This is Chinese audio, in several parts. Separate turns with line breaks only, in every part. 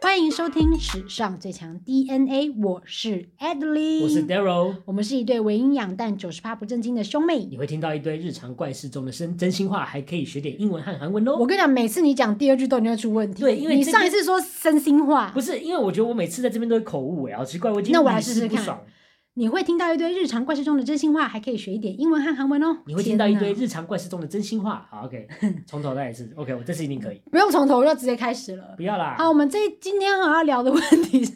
欢迎收听史上最强 DNA，我是 Adley，
我是 Daryl，
我们是一对为营养但九十八不正经的兄妹。
你会听到一堆日常怪事中的真真心话，还可以学点英文和韩文
我
哦。
跟你讲，每次你讲第二句都一定会出问题。
对因为
你
这
上一
边
次说真心话
不，是，因为我觉得我每次在这边都会口误哎，好奇怪，我已经
那我来
屡
试
试
试
不
看
爽。
你会听到一堆日常怪事中的真心话，还可以学一点英文和韩文哦。
你会听到一堆
天哪，
日常怪事中的真心话。好，OK，从头再一次。OK，我这次一定可以。
不用从头就直接开始了
不。要啦，
嗯好，我们这一今天好要聊的问题 是，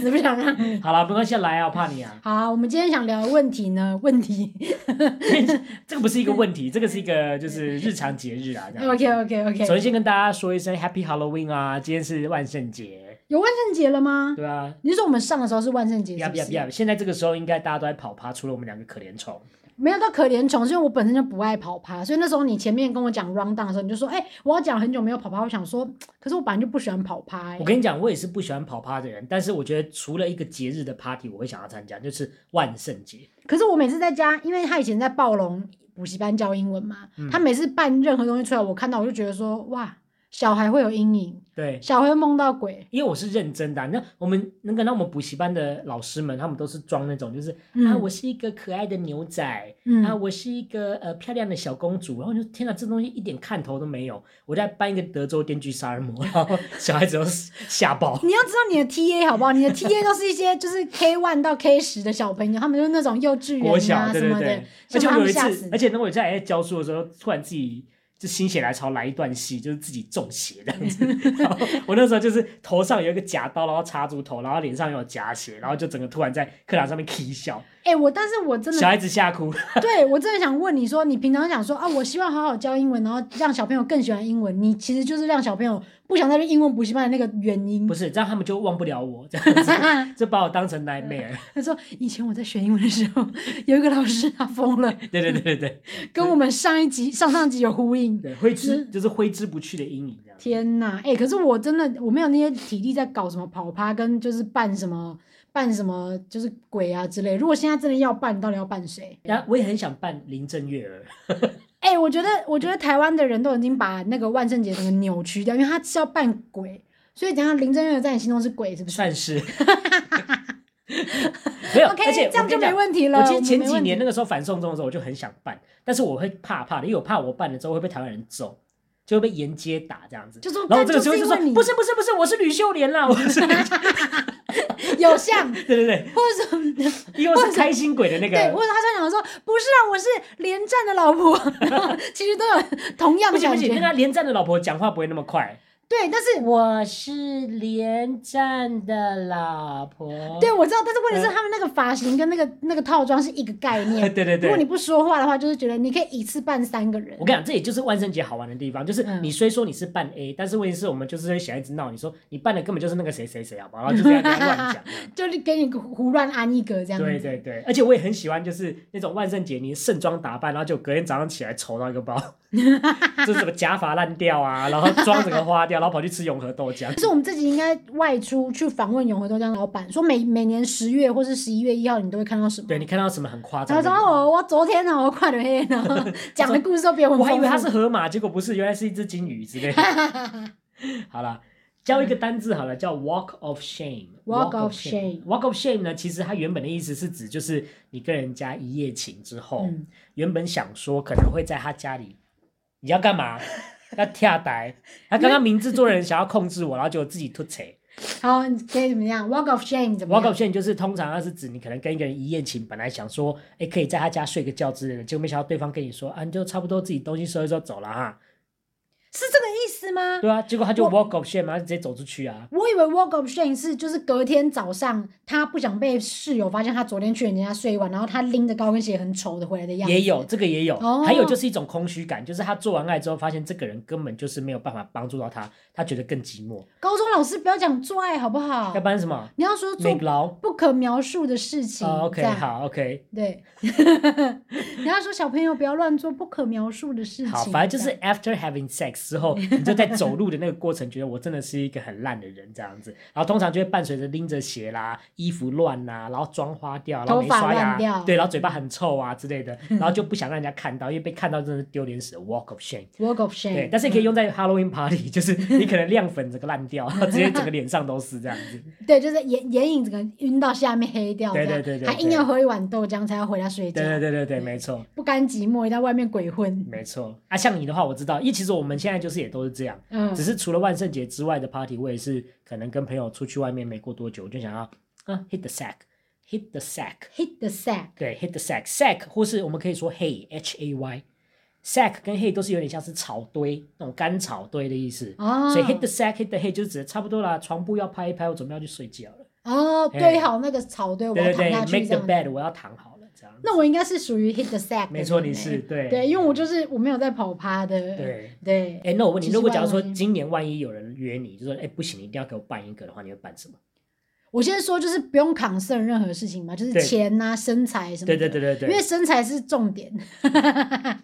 死不想让你。
好啦，没关系，来啊，我怕你啊。
好，我们今天想聊的问题呢？问题
这个不是一个问题，这个是一个就是日常节日啊。这样
，OK OK
首
OK，
先先跟大家说一声 Happy Halloween 啊，今天是万圣节，
有万圣节了吗？
对啊。
你是说我们上的时候是万圣节是
呀
不
呀
是？
呀！现在这个时候应该大家都在跑趴，除了我们两个可怜虫。
没有到可怜虫，是因为我本身就不爱跑趴，所以那时候你前面跟我讲 round down 的时候，你就说，哎、我要讲很久没有跑趴，我想说，可是我本来就不喜欢跑趴、哎
我跟你讲，我也是不喜欢跑趴的人，但是我觉得除了一个节日的 party，我会想要参加，就是万圣节。
可是我每次在家，因为他以前在暴龙补习班教英文嘛，
嗯
他每次办任何东西出来，我看到我就觉得说，哇，小孩会有阴影，
对，
小孩会梦到鬼，
因为我是认真的啊、那我们能感到我们补习班的老师们，他们都是装那种，就是、啊，
嗯
我是一个可爱的牛仔，
嗯，
啊，我是一个呃漂亮的小公主，然后我就天哪，这东西一点看头都没有。我在搬一个德州电锯杀人魔，然后小孩子都 吓爆。
你要知道你的 TA 好不好？ 你的 TA 都是一些就是 K one 到 K 十的小朋友，他们就是那种幼稚园
国小，
啊
对
什
对
么的
对，，而且
把
我
他
有
们
一
吓
次
死，
而。且呢，我在教书的时候，突然自己就心血来潮来一段戏，就是自己中邪这 样子。然后我那时候就是头上有一个假刀，然后插住头，然后脸上有假血，然后就整个突然在课堂上面 k 笑，
哎、我但是我真
小
的，
孩子吓哭。
对我真的想问你说，你平常想说啊，我希望好好教英文，然后让小朋友更喜欢英文，你其实就是让小朋友不想再去英文补习班的那个原因
不。是，这样他们就忘不了我，这样子就把我当成 nightmare。
他说以前我在学英文的时候，有一个老师他疯了，
对对对对对
跟我们上一集、上上集有呼应。
对，挥之就是挥之不去的阴影这样。
天呐，哎、可是我真的我没有那些体力在搞什么跑趴跟就是办什么办什么就是鬼啊之类。如果现在真的要办，你到底要办谁？
然后我也很想扮林正月儿，
哎、我觉得我觉得台湾的人都已经把那个万圣节整个扭曲掉，因为他是要扮鬼，所以等一下林正月在你心中是鬼是不是？
算是。没有
OK，
而且我
这样
跟
就
你
没
讲
问题了。
我其实
们
前
没
几
问
年
题
那个时候反送中的时候，我就很想办，但是我会怕怕的，因为我怕我办了之后会被台湾人揍，就会被沿街打这样子。
就说，
然后这个
干
时候
就是
就
因
说
为你
不是不是不是，我是吕秀莲啦，我是
有像，
对对对，
或 者说
因为我是开心鬼的那
对，
个
或。者他在讲说不是啊，我是连战的老婆，然后其实都有同样
不
的
行不
感
行，
觉
那。个连战的老婆讲话不会那么快。
对，但是
我是连战的老婆
对我知道，但是问题
嗯
是他们那个发型跟那个那个套装是一个概念。
对对
如果你
对。
不说话的话，就是觉得你可以一次扮三个人
我。跟你讲，这也就是万圣节好玩的地方，就是
嗯
你虽说你是扮 A，但是问题是我们就是会小孩子闹，你说你扮的根本就是那个谁谁谁，好不好？然后就这样这样乱讲。
就是给你胡乱安一个这样子。
对对对，而且我也很喜欢，就是那种万圣节你盛装打扮，然后就隔天早上起来丑到一 个包，就是什么假发烂掉啊，然后妆整个花掉，然后跑去吃永和豆浆
可。是我们自己应该外出去访问永和豆浆老板，说每每年十月或是十一月一号，你都会看到什么？
对你看到什么很夸
然后
张的
说哦，我昨天呢，我快点黑，然 后讲的故事都比我
我
们
还以为它
丰
是
富
河马，结果不是，原来是一只金鱼之类的。 好啦，教一个单字好了，叫 walk of shame。
Walk of shame
Walk of shame 呢，其实它原本的意思是指就是你跟人家一夜情之后，
嗯
原本想说可能会在他家里，你要 干嘛？要跳台？他刚刚明知做人想要控制我，然后结果自己吐槽。
好，你可以怎么样？Walk of shame 怎么
walk
样
of shame 就是通常它是指你可能跟一个人一夜情，本来想说，哎，可以在他家睡个觉之类的，结果没想到对方跟你说，啊，你就差不多自己东西收一收走了哈。
是这个意思吗？
对啊，结果他就
我
walk of shame 嘛，他直接走出去啊。
我以为 walk of shame 是就是隔天早上他不想被室友发现他昨天去人家睡一晚，然后他拎着高跟鞋很丑的回来的样子。
也有这个也有，
哦
还有就是一种空虚感，就是他做完爱之后，发现这个人根本就是没有办法帮助到他，他觉得更寂寞。
高中老师不要讲做爱好不好
要？不然什么
你要说做
美劳？
不可描述的事情。
哦
这
，OK，
样。
好，OK，
对，人家说小朋友不要乱做不可描述的事情。
好，反正就
这
是 after having sex 之后，你就在走路的那个过程，觉得我真的是一个很烂的人这样子。然后通常就会伴随着拎着鞋啦、衣服乱啦、然后妆花掉，然后没
头发
刷
乱掉
牙，对，然后嘴巴很臭啊之类的，然后就不想让人家看到，因为被看到真的是丢脸死的，walk of shame。
样 work of
对
shame。，嗯
但是也可以用在 Halloween party，就是 你可能亮粉整个烂掉，然后直接整个脸上都是这样子。
对，就是眼眼影整个晕到下面黑掉，
对
这样
对对对
还硬
对
要喝一碗豆浆才要回家睡觉，
对对对对对，没错。
不甘寂寞，一在外面鬼混，
没错啊，像你的话，我知道，因为其实我们现在就是也都是这样，
嗯
只，是除了万圣节之外的 party，我也是可能跟朋友出去外面没过多久，我就想要啊 hit the sack，hit the sack，
hit the sack，
对 hit the sack，sack 或是我们可以说 hey h a y。sack 跟 hay 都是有点像是草堆那种干草堆的意思，
哦，
所以 hit the sack hit the hay 就是指差不多啦，床铺要拍一拍，我准备要去睡觉了。
哦，
嘿
堆好那个草堆，我
对
要
对
躺
对
下去
，make
这
the
样
bed，
子。
我要躺好了这样子。
那我应该是属于 hit the sack，的
没错，
人
你
欸
是对
对，因为我就是我没有在跑趴的，
对
对，
哎，那我问你，
奇
如果
怪
假如说
吗
今年万一有人约你，就说哎不行，你一定要给我办一个的话，你会办什么？
我先说就是不用 concern 任何事情嘛，就是
对
钱呐、身材什么的，
对对对对对，。
因为身材是重点。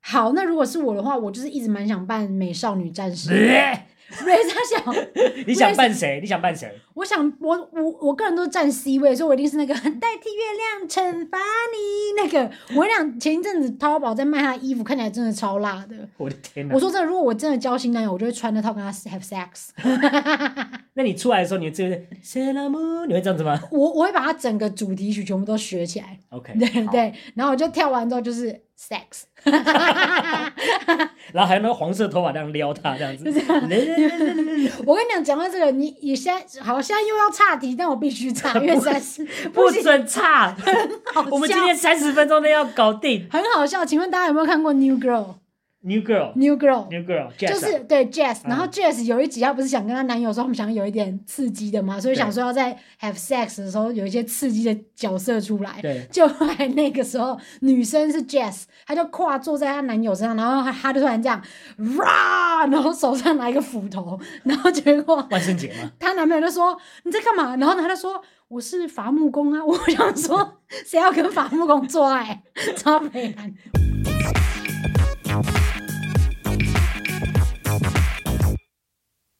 好，那如果是我的话，我就是一直蛮想扮美少女战士 瑞莎想，
你想扮谁？你想扮谁？
我想我我我个人都是站 C 位，所以我一定是那个 代替月亮惩罚你那个。我跟你讲，前一阵子淘宝在卖他的衣服，看起来真的超辣的。
我的天哪
我！说真的，如果我真的交新男友，我就会穿那套跟他 have sex。
那你出来的时候，你这个 s a l a m 你会这样子吗
我我会把他整个主题曲全部都学起来。
？OK，
对
好。
对，然后我就跳完之后就是 sex，
然后还有那个黄色头发这样撩他，这样子。
我跟你讲，讲到这个，你你现在好，现在又要岔题，但我必须 岔，因为实在是
不
行，
准差！
好笑
我们今天三十分钟内要搞定。
很好笑。请问大家有没有看过《New Girl》
New girl，New
？New Girl
girl，
就
Jess
是
啊
对 Jess，然后
嗯
Jess 有一集她不是想跟她男友说，他们想要有一点刺激的嘛，所以
对
想说要在 have sex 的时候有一些刺激的角色出来。
对
就后来那个时候，女生是 Jess，她就跨坐在她男友身上，然后她她就突然这样，哇，然后手上拿一个斧头，然后结果
万圣节吗？
她男朋友就说你在干嘛？然后她就说我是伐木工啊，我 想说谁要跟伐木工做爱， 超美男。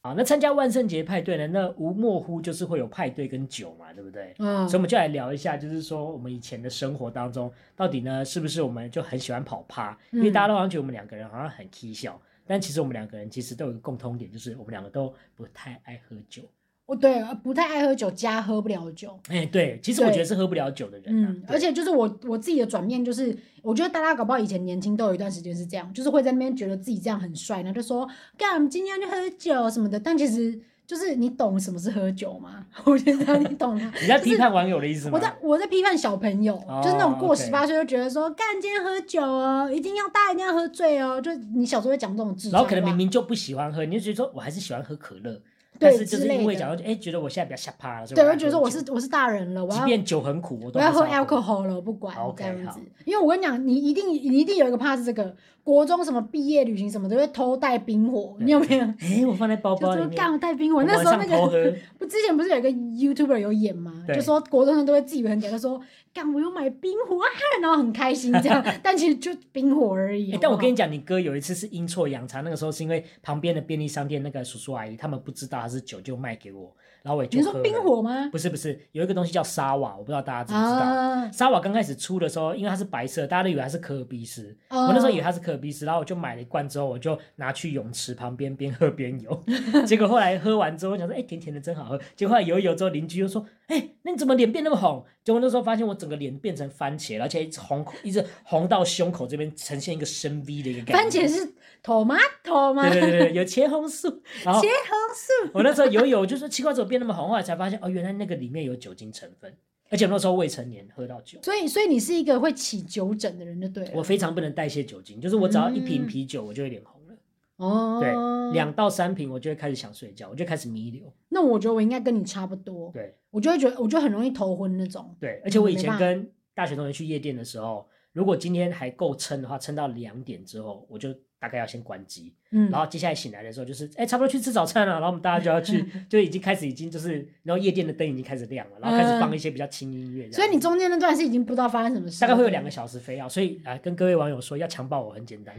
好，那参加万圣节派对呢？那无莫乎就是会有派对跟酒嘛，对不对？
嗯
所以我们就来聊一下，就是说我们以前的生活当中，到底呢是不是我们就很喜欢跑趴？因为
嗯
大家都好像觉得我们两个人好像很 k 笑，但其实我们两个人其实都有一个共通点，就是我们两个都不太爱喝酒。
我对呃不太爱喝酒，加喝不了酒。
哎、对，其实我
对
觉得是喝不了酒的人、啊，
嗯，而且就是我我自己的转变，就是我觉得大家搞不好以前年轻都有一段时间是这样，就是会在那边觉得自己这样很帅，然后就说干我们今天去喝酒什么的，但其实就是你懂什么是喝酒吗？ 我觉得你懂啊吗？
你在批判网友的意思吗？
我在我在批判小朋友，
哦
就是那种过
OK
十八岁就觉得说，干今天喝酒哦，一定要大家一定要喝醉哦，就你小时候会讲这种智
然
障
后
话，
可能明明就不喜欢喝，你就觉得说我还是喜欢喝可乐，
对
但是就是
之类
因为
的
讲到哎、觉得我现在比较下趴了，所以
对，我
还
就觉得说
喝
我
酒
是我是大人了，我
即
要
便酒很苦，我都
我要
还是
喝
要
alcohol 了，我不管
OK，
这样
好
子。因为我跟你讲，你一定你一定有一个怕是这个，国中什么毕业旅行什么都会偷带冰火，
对
你有没有？
哎、我放在包
就
包里
说
面
干，我带冰火，
我
那
晚
时候
上
那
偷喝
个 不之前不是有一个 YouTuber 有演吗？
对
就说国中生都会自以为很屌，就说干我有买冰火啊，然后很开心这 样，但其实就冰火而已
欸。但我跟你
你
讲，你哥有一次是阴错阳差，那个时候是因为旁边的便利商店那个叔叔阿姨，他们不知道他是酒，就卖给我，然后我也就
你
喝
说
了。
冰火吗？
不是不是，有一个东西叫沙瓦，我不知道大家知不知道。
啊，
沙瓦刚开始出的时候，因为它是白色，大家都以为它是可尔必斯。
哦
我那时候以为它是可尔必斯，然后我就买了一罐之后，我就拿去泳池旁边边喝边游。 结果后来喝完之后，我想说，哎、甜甜的真好喝。结果后来游一游之后，邻居就说，哎、那你怎么脸变那么红？结果那时候发现我整个脸变成番茄，而且一直红，一直红到胸口这边，呈现一个深 V 的一个
番
感觉。
茄是 tomato 吗？
对对对对，有茄红素。然后
茄红素
我那时候游泳就说奇怪，怎么变那么红？后来才发现哦，原来那个里面有酒精成分，而且我那时候未成年喝到酒，
所以所以你是一个会起酒疹的人就对了。
我非常不能代谢酒精，就是我只要一瓶
嗯
啤酒我就有点红了，
哦，
对，两到三瓶我就会开始想睡觉，我就开始弥留，
那我觉得我应该跟你差不多，
对
我就会觉得我就很容易头昏那种。
对，而且我以
嗯没
前
办法
跟大学同学去夜店的时候，如果今天还够撑的话，撑到两点之后我就大概要先关机，
嗯，
然后接下来醒来的时候就是，哎，差不多去吃早餐了、然后我们大家就要 去，就已经开始已经就是，然后夜店的灯已经开始亮了，然后开始放一些比较轻音乐这样
嗯
子，
所以你中间嗯那段是已经不知道发生什么事，
大概会有两个小时非要，所以啊、跟各位网友说要强暴我 很简单，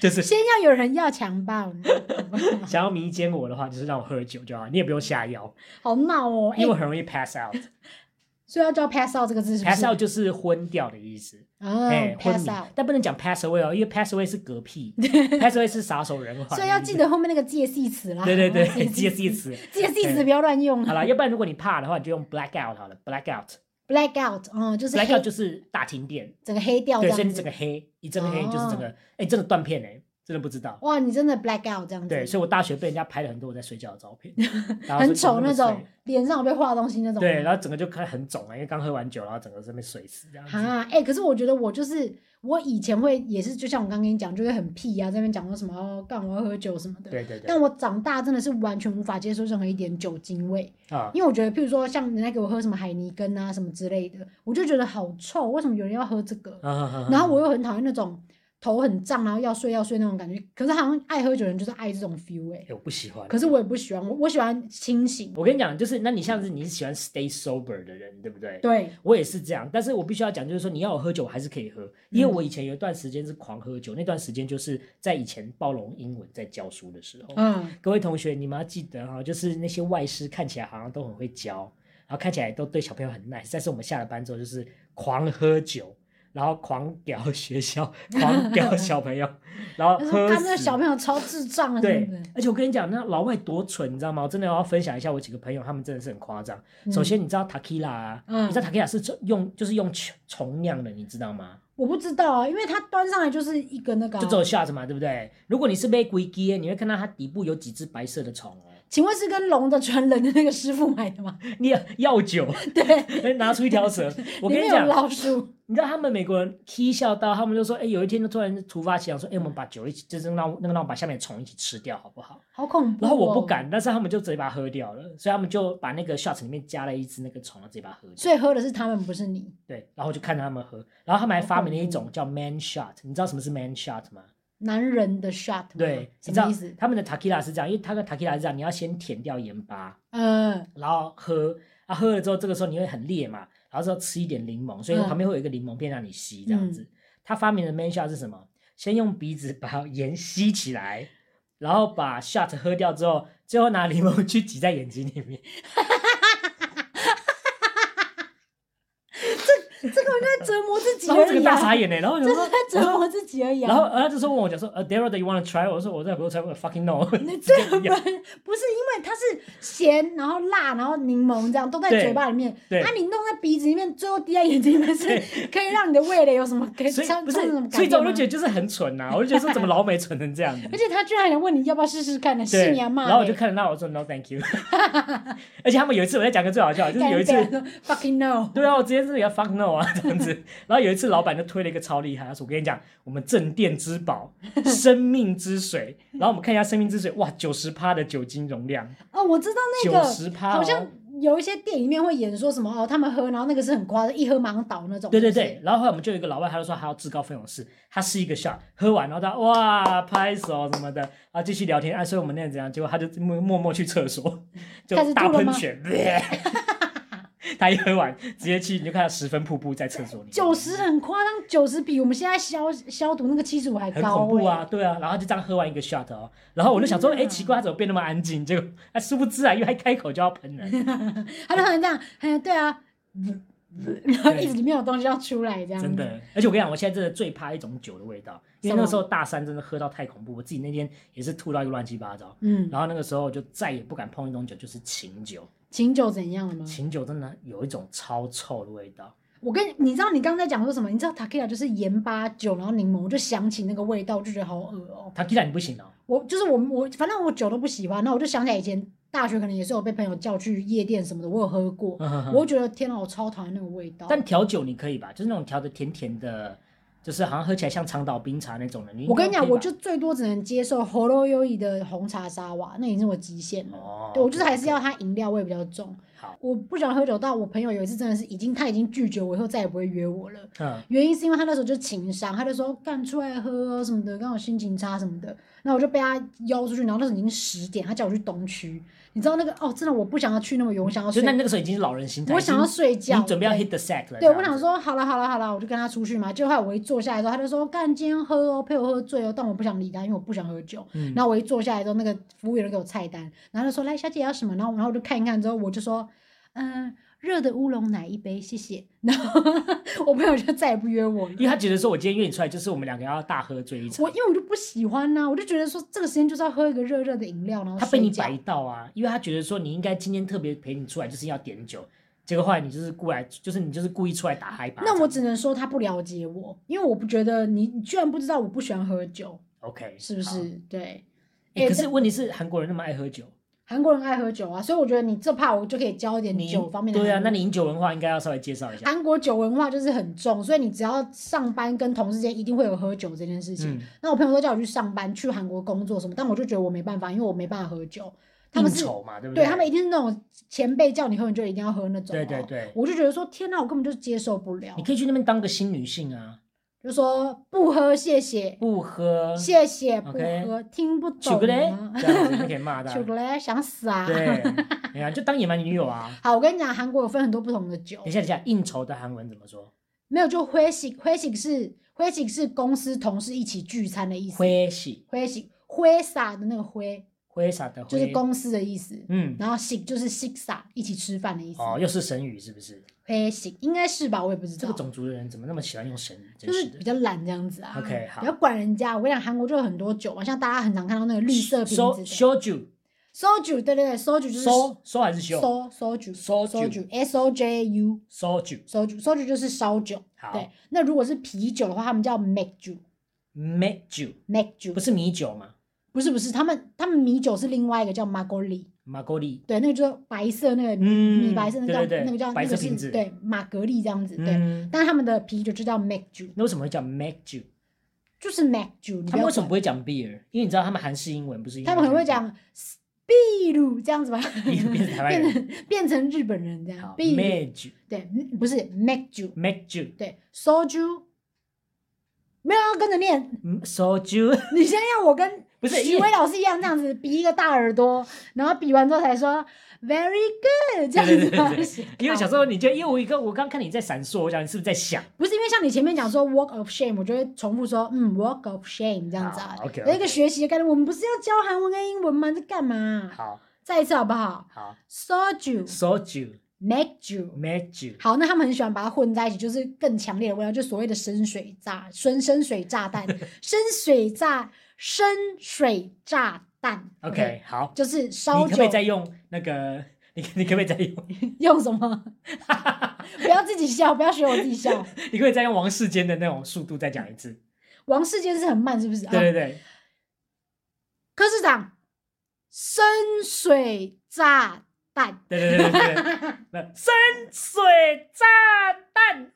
就是
先要有人要强暴你，
想要迷奸我的话，就是让我喝酒就好，你也不用下药，
好闹哦，哎、
因为我很容易 pass out。
所以要叫 pass out 这个字是不是
pass out 就是昏掉的意思，
啊
哎、昏
pass
迷
out，，
但不能讲 pass away 哦，因为 pass away 是嗝屁，pass away 是撒手人寰，
所以要记。得后面那个介系词啦，
对对对，
介
接
系
一
词，
词。
介系词不要乱用啊
好了，要不然如果你怕的话，你就用 black out 好了，black out，black
，black out，嗯，就是黑
out 就是大停电，
整个黑掉这
对，所以
样
你整
子，
个黑，一阵黑就是整个，哎、真的断片哎、真的不知道。
哇，你真的 black out 这样子，
对，所以我大学被人家拍了很多我在睡觉的照片，然后
很
就
丑
整个
那种
睡，
脸上有被画东西那种，
对，然后整个就看很肿啊，因为刚喝完酒，然后整个这边水死这样子。
啊，哎、可是我觉得我就是我以前会也是，就像我刚跟你讲，就会很屁啊，在那边讲说什么哦，干我要喝酒什么的。
对啊对对
但，我长大真的是完全无法接受任何一点酒精味，
啊，
因为我觉得，譬如说像人家给我喝什么海尼根啊什么之类的，我就觉得好臭，为什么有人要喝这个？
然
然后我又很讨厌那种头很胀，然后要睡要睡那种感觉。可是好像爱喝酒的人就是爱这种 feel 哎、
我不喜欢。
可是我也不喜欢，我我喜欢清醒。
我跟你讲，就是那你像是你是喜欢 stay sober 的人，对不对？
对，
我也是这样，但是我必须要讲，就是说你要我喝酒，我还是可以喝，
嗯
因为我以前有一段时间是狂喝酒，那段时间就是在以前暴龙英文在教书的时候。
嗯，
各位同学，你们要记得哈、就是那些外师看起来好像都很会教，然后看起来都对小朋友很 nice，但是我们下了班之后就是狂喝酒，然后狂屌学校，狂屌小朋友，然后
但是
喝
他们那
死
小朋友超智障啊，
对
真的，
而且我跟你讲，那老外多蠢，你知道吗？我真的要分享一下我几个朋友，他们真的是很夸张。首，先，你知道 Takila 啊？
嗯
你知道 Takila 是用就是用虫虫酿的，你知道吗？
我不知道啊，因为它端上来就是一个那个啊、
就只有 shot 嘛，对不对？如果你是被龟鸡，你会看到它底部有几只白色的虫哦。
请问是跟龙的传人的那个师傅买的吗？
你也药酒，
对，
拿出一 条蛇。我
里
跟
面
你
有
讲，
老鼠，
你知道他们美国人 k 笑到，他们就说，哎、有一天就突然突发奇想说，哎、我们把酒一起，就是让那个让我把下面的虫一起吃掉，好不好？
好恐怖、哦
然后我不，敢，但是他们就直接把它喝掉了，所以他们就把那个 shot 里面加了一只那个虫，然后直接把它喝掉。
所以喝的是他们，不是你。
对，然后我就看着他们喝，然后他们还
好
发明
恐
了一
怖
种叫 man shot，你知道什么是 man shot 吗？
男人的 shot 吗
对，
什
你知道
么意思？
他们的 tequila 是这样，因为他的 tequila 是这样，你要先舔掉盐巴，
嗯
然后喝，啊喝了之后，这个时候你会很烈嘛，然后之后吃一点柠檬，所以
嗯
旁边会有一个柠檬片让你吸这样子。他发明的 man shot 是什么？先用鼻子把盐吸起来，然后把 shot 喝掉之后，最后拿柠檬去挤在眼睛里面。
这个我在折磨自己
然后
而
我整个
已、
大傻
啊，
眼呢、欸然后我
这
想说
是在折磨自己而已、啊。
然后，呃，他这时候问我讲说，呃，Daryl，do you want to try？我说我在不 try，我 fucking no。
你这
直
个
接一
不
样
是不是因为它是咸，然后辣，然后柠檬这样都在
对
嘴巴里面，
对
啊，你弄在鼻子里面，最后滴在眼睛里面，是可以让你的味蕾有什么可以
所以
像
不
像
是
什么，
所
改
以这
变
我就
吗
觉得就是很蠢呐、我就觉得说怎么老美蠢成这样 子
而。且他居然还问你要不要试试看呢，是
对，
你啊骂嘞。
然后我就看着他，我说 no thank you。而且他们有一次，我在讲个最好笑的，就是有一次，
，fucking no，
对啊，我直接是给他 fuck no 啊这样子。 然后有一次，老板就推了一个超厉害，他说我跟你讲，我们镇店之宝，生命之水。然后我们看一下生命之水，哇，九十趴的酒精容量，
哦，我知道那
九
个
十趴，哦
好像有一些电影里面会演说什么哦，他们喝，然后那个是很夸张，一喝马上倒那种。
对对
是不是
对，，然后后来我们就有一个老外，他就说他要自告奋勇是，他是一个 shot，喝完然后他哇拍手什么的，然后继续聊天，啊，所以我们那样怎样，结果他就默默默去厕所，
开始吐了
就大
吗
喷泉， 他一喝完直接去，你就看到十分瀑布在厕所里面，
九十很夸张，九十比我们现在消消毒那个七十五还
很
高、欸。
恐怖啊，对啊，然后就这样喝完一个 shot 哦，然后我就想说，
天
哎，
哪
奇怪，他怎么变那么安静？结果他殊不知啊，因为他一开口就要喷人，
他就很这样，嗯，对啊，然后一直里面有东西要出来这样。
真。的。而且我跟你讲，我现在真的最怕一种酒的味道，因为那个时候大三真的喝到太恐怖，我自己那天也是吐到一个乱七八糟。
嗯，
然后那个时候就再也不敢碰一种酒，就是琴酒。
琴酒怎样了吗？
琴酒真的有一种超臭的味道，
我跟你你知道你刚才讲说什么？你知道 t a k i l a 就是盐巴酒，然后柠檬，我就想起那个味道，我就觉得好恶哦、
他既然你不行哦，
我就是我我反正我酒都不喜欢，那我就想起来以前大学可能也是有被朋友叫去夜店什么的，我有喝过，我就觉得天哪，我超讨厌那个味道。
嗯 但调酒你可以吧，就是那种调的甜甜的，就是好像喝起来像长岛冰茶那种的。你应该
我跟你讲，
可以吧
我就最多只能接受 h o r o y o i 的红茶沙瓦，那已经是我极限了。
哦
对我就是还是
OK，OK
要它饮料味比较重，
好，
我不喜欢喝酒到我朋友有一次真的是已经他已经拒绝我以后再也不会约我了，
嗯，
原因是因为他那时候就情商，他就说干出来喝哦什么的，刚好心情差什么的，然后我就被他邀出去，然后那时候已经十点，他叫我去东区，你知道那个哦，真的我不想要去那么远，我想要
就
睡
那，那个时候已经是老人心态，
我想要睡
已经
觉，
你准备要
对
hit the sack 了。
对，
这样
我想说好了好了好了，我就跟他出去嘛。结果后来我一坐下来之后，他就说干今天喝哦，陪我喝醉哦，但我不想理他，因为我不想喝酒。
嗯
然后我一坐下来之后，那个服务员就给我菜单，然后就说来小姐要什么，然后然后我就看一看之后，我就说嗯、呃热的乌龙奶一杯谢谢。然后 我朋友就再也不约我了
因。为他觉得说，我今天约你出来，就是我们两个要大喝醉一场。
我因为我就不喜欢呐、我就觉得说这个时间就是要喝一个热热的饮料，然后
他被你
睡觉
摆到啊，因为他觉得说你应该今天特别陪你出来，就是要点酒。结果后来你就是过来，就是你就是故意出来打嗨吧。
那我只能说他不了解我，因为我不觉得你，你居然不知道我不喜欢喝酒，
OK
是不
好？
是？对。
欸
欸
可是问题是韩国人那么爱喝酒，
韩国人爱喝酒啊，所以我觉得你这怕我就可以教一点
你
酒方面的。
对啊，那你饮酒文化应该要稍微介绍一下。
韩国酒文化就是很重，所以你只要上班跟同事间一定会有喝酒这件事情。
嗯，
那我朋友都叫我去上班，去韩国工作什么，但我就觉得我没办法，因为我没办法喝酒。他
应
们是
酬嘛，对不
对
对
他们一定是那种前辈叫你喝，你就一定要喝那种、哦
对对。对，
我就觉得说，天哪，我根本就接受不了
你。可以去那边当个新女性啊，
就说不喝，谢谢，
不喝，
谢谢，不
OK
喝，听不懂
酒个嘞
吗，
这样子你可以骂 他。
巧克力想死啊！
对，哎呀，就当野蛮女友啊。
好，我跟你讲，韩国有分很多不同的酒
等一。下，等一下，应酬的韩文怎么说？
没有，就회식，회식是회식是公司同事一起聚餐的意思。
挥喜，
회식挥洒的那个挥
挥洒的挥。
就是公司的意思，
嗯，
然后식就是식사一起吃饭的意思。
哦，又是神语是不是？
회식应该是吧，我也不知
这
道。
个种族的人怎么那么喜欢用神语？真
就是
是
比
的。
较懒这样子啊
OK，好
不要管人家。我跟你讲，韩国就有很多酒嘛，啊像大家很常看到那个绿色瓶
收
子的
收酒，
soju，对对对，soju 就是
收收还是修？
so soju
soju
s o j u
收酒。
soju soju 就是烧酒。
好
对，那如果是啤酒的话，他们叫 make 酒
美酒
make 酒
不是米酒吗？
不是不是，他们他们米酒是另外一个叫马格利，
马格利，
对，那个就是白色那个
嗯，
米白色那个叫、
对对
那
对，
个叫
白色
那个是
瓶子，，
对马格利这样子，对。
嗯，
但他们的啤酒就叫 Mac 酒，
那为什么会叫 Mac 酒？
就是 Mac 酒，你
他
不
们
要
为什么不
管
会讲 beer？因为你知道他们韩式英文不是英文？
他们很会讲秘鲁这样子吧，
变成变成台湾人
变成变成日本人这样
好。
秘鲁
，Mac 酒
对，嗯不是 Mac 酒，
，Mac 酒，
对，soju 没有要啊跟着念，
嗯，烧酒，
你现在要我跟
不是
许
因为
巍老师一样这样子比一个大耳朵，然后比完之后才说 very good 这样
对对
子
对
吗
对，对， 因为小时候你就因为我一个，我刚看你在闪烁，我想你是不是在想？
不是因为像你前面讲说 walk of shame，我就会重复说嗯 walk of shame 这样子啊
好，，OK，
有一个学习的概念。我们不是要教韩文跟英文吗？在干嘛？
好
再一次好不好
好，
？soju
烧酒
make you。
，Mac 酒，
好，那他们很喜欢把它混在一起，就是更强烈的味道，就所谓的深水炸、深深水炸 弹、深水炸、深水炸弹。
OK，好，
就是
你
烧
可不
酒
可以再用那个？你你可不可以再用？
用什么？ 不要自己笑，不要学我自己笑。
你可不可以再用王世坚的那种速度再讲一次？
王世坚是很慢，是不是？啊
对对对，
柯市长，深水炸弹，
对对对对对对，那深水炸弹，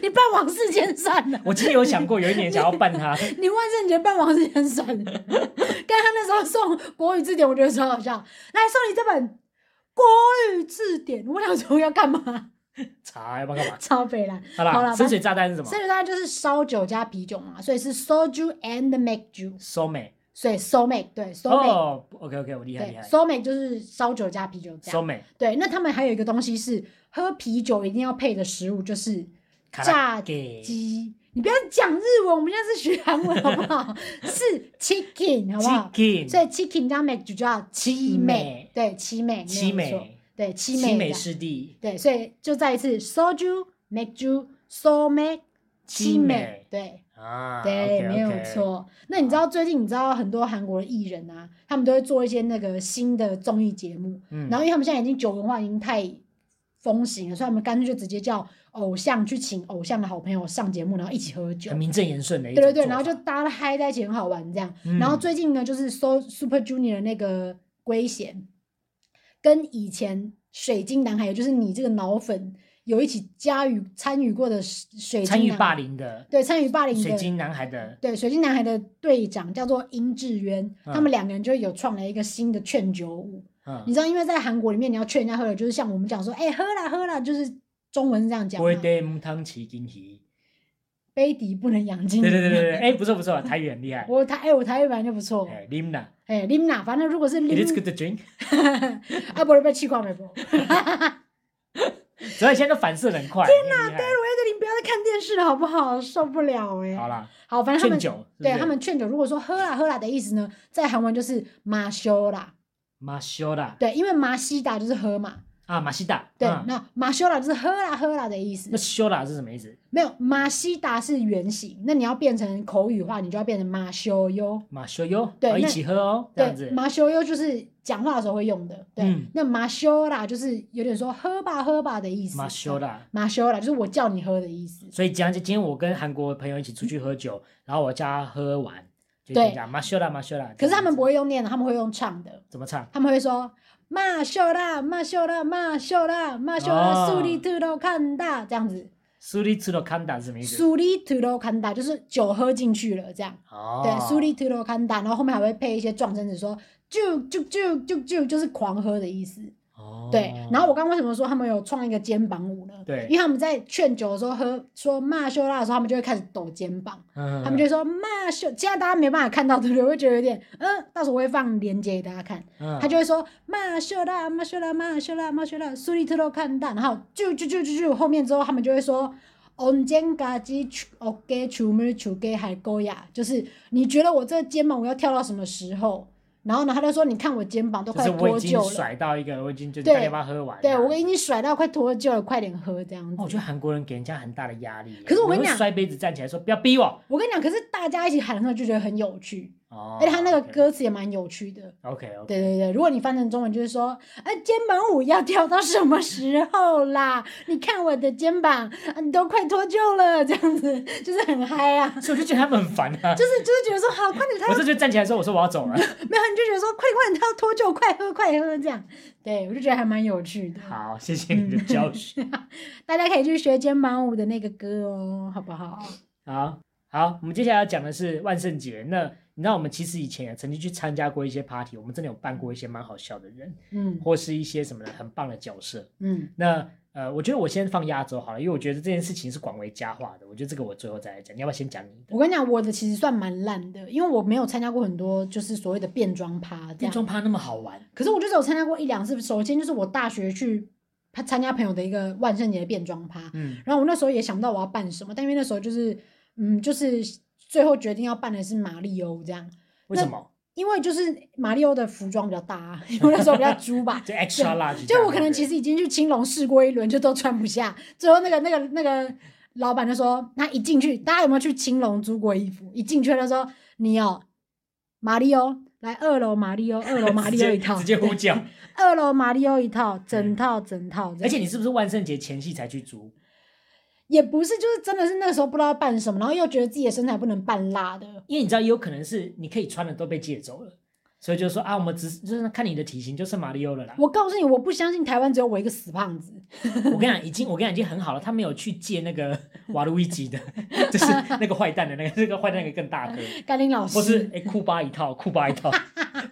你扮王世坚算了，
我其实有想过有一年想要办他，
你万圣节扮王世坚算了。 刚刚那时候送国语字典，我觉得超好笑。来送你这本国语字典，我想说要干嘛？
查要不要干嘛？
超北蓝。
好
好啦
啦，
反
深水炸弹是什么
所以大概就是烧酒加啤酒嘛，所以是 soju and make ju，
？So 美
所以 so make 对 so make、
哦，OK OK，我厉害厉
对
害
so make 就是烧酒加啤酒这样。
，So 美
对，那他们还有一个东西是喝啤酒一定要配的食物，就是
卡
炸
拉给
鸡。你不要讲日文，我们现在是学韩文好不好？是 chicken 好不好？所以 chicken
Chicken，
加 make 就叫七
七
美
美，
对七美，没
七
有错，
美
对七美
七美
这样
师弟，
对，所以就再一次 soju make ju so make
七美
对
啊，
对
OK，OK
没有。错。那你知道最近你知道很多韩国的艺人啊，他们都会做一些那个新的综艺节目，
嗯
然后因为他们现在已经酒文化已经太风行了，所以他们干脆就直接叫偶像去请偶像的好朋友上节目，然后一起喝酒
很。名正言顺的一
对
种
对对，
做
然后就
法
大家嗨在一起很好玩这样。
嗯
然后最近呢，就是 So Super Junior 的那个圭贤，跟以前水晶男孩，也就是你这个脑粉，有一起加与参与过的水
参
晶
与
男
霸凌的
对参与霸凌
水
的
晶男孩的
对，水晶男孩的队长叫做殷志渊，他
嗯
们两个人就有创了一个新的劝酒舞，
嗯
你知道，因为在韩国里面，你要劝人家喝酒，就是像我们讲说，哎、喝啦喝啦，就是中文是这样讲嘛，
会得母汤奇金鱼。
杯底不能养金鱼。
对对对对对，哎，不错不错，台语很厉害。
我台哎、我台语本来就不错，
哎，Limna，
哎、你 l i m n a 反正如果是
it is
Lim，
good to drink。
啊，不是被气垮没不？
所以现在都反射得很快。天哪，
我也得你不要再看电视了，好不好？受不了哎、
好啦，
好，反正他
劝
们
酒，是不
对
是
他们劝酒，如果说喝啦喝啦的意思呢，在韩文就是马修啦，
马修啦，
对，因为马西达就是喝嘛，
啊，马西达，
对，
嗯
那马修啦就是喝啦喝啦的意思
那，修啦是什么意思？
没有马西达是原型，那你要变成口语化，你就要变成马修哟，
马修哟，
对
哦一
那
起喝哦，这样
对，
子。
马修哟就是讲话的时候会用的，对，
嗯
那马修啦就是有点说喝吧喝吧的意思，
马修
啦，
啦。
马修啦就是我叫你喝的意思，
所以讲，就今天我跟韩国朋友一起出去喝酒，然后我叫他喝完，就
对
讲马修啦，马修啦。
可是他们不
会
会用念的，他们会用唱的，
怎么唱，
他们会说马修啦马修啦马修啦马修啦，
哦
苏里特都看大这样子。
苏里吃了康达是什么意思？
苏里吐罗坎达就是酒喝进去了，这样。
哦，
对，苏里吐罗坎达，然后后面还会配一些撞声词，说就就就就就就是狂喝的意思。
哦，
对，然后我刚刚为什么说他们有创一个肩膀舞呢？
对
因为他们在劝酒的时候喝说骂修拉的时候，他们就会开始抖肩膀，
嗯，
他们就说骂修。现在大家没办法看到，对不对？我会觉得有点，嗯，到时候我会放链接给大家看。他
他
就会说马修拉马修拉马修拉马修拉苏利特罗看蛋，然后就就就就就后面之后他们就会说。언젠가지어깨춤을추게할거야，就是你觉得我这肩膀我要跳到什么时候？然后呢，他就说你看我肩膀都
就
快
是我
脱臼
已经
了，
甩到一个，我已经就
对
大家把它喝完了。
对我已经甩到快脱臼了，快点喝这样
哦我
子。
觉得韩国人给人家很大的压力耶。
可是我跟你
会
讲
摔杯子站起来说不要逼我。
我跟你讲，可是大家一起喊的时候就觉得很有趣，
哦，
而哎且他那个歌词也蛮有趣的。
，OK OK，
对对对，如果你翻成中文就是说，啊，肩膀舞要跳到什么时候啦？你看我的肩膀，啊、你都快脱臼了，这样子就是很嗨啊，
所以我就觉得他们很烦啊。
就是就是觉得说好，快点他
我这就站起来说，我说我要走 了。
没有，你就觉得说快点快点他要脱臼，快喝快喝这样，对我就觉得还蛮有趣的，
好，谢谢你
嗯
的教训。
大家可以去学肩膀舞的那个歌哦，好不好？
好好，我们接下来要讲的是万圣节。那你知道我们其实以前也曾经去参加过一些 party，我们真的有扮过一些蛮好笑的人，
嗯
或是一些什么很棒的角色。
嗯，
那呃，我觉得我先放压轴好了，因为我觉得这件事情是广为佳话的。我觉得这个我最后再来讲，你要不要先讲你的？
我跟你讲，我的其实算蛮烂的，因为我没有参加过很多就是所谓的变装趴这
变
样。
装趴那么好玩，
可是我就只有参加过一两次。首先就是我大学去他参加朋友的一个万圣节变装趴，
嗯，
然后我那时候也想不到我要办什么，但因为那时候就是嗯，就是最后决定要办的是马里欧这样，
为什么？。
因为就是马里欧的服装比较大、啊，因为那时候比较猪吧
就 extra large，
就我可能其
实
实已经去青龙试过一轮，就都穿不下。最后那个那个那个老板就说，他一进去，大家有没有去青龙租过衣服？一进去他就说，你哦，马里欧来二楼马里欧，二楼马里欧一套，
直接呼叫。
二楼马里奥一套，整套整套这样，
而且你是不是万圣节前夕才去租？
也不是，就是真的是那个时候不知道要扮什么，然后又觉得自己的身材不能扮辣的，
因为你知道，也有可能是你可以穿的都被借走了，所以就说啊，我们只是就是看你的体型，就剩马里奥了啦。
我告诉你，我不相信台湾只有我一个死胖子，
我跟你讲，已经我跟你讲已经很好了，他没有去借那个 瓦路易吉的， 就是那个坏蛋的那个，那个坏蛋那个更大颗，
甘霖老
或是
师，
哎库巴一套，库巴一套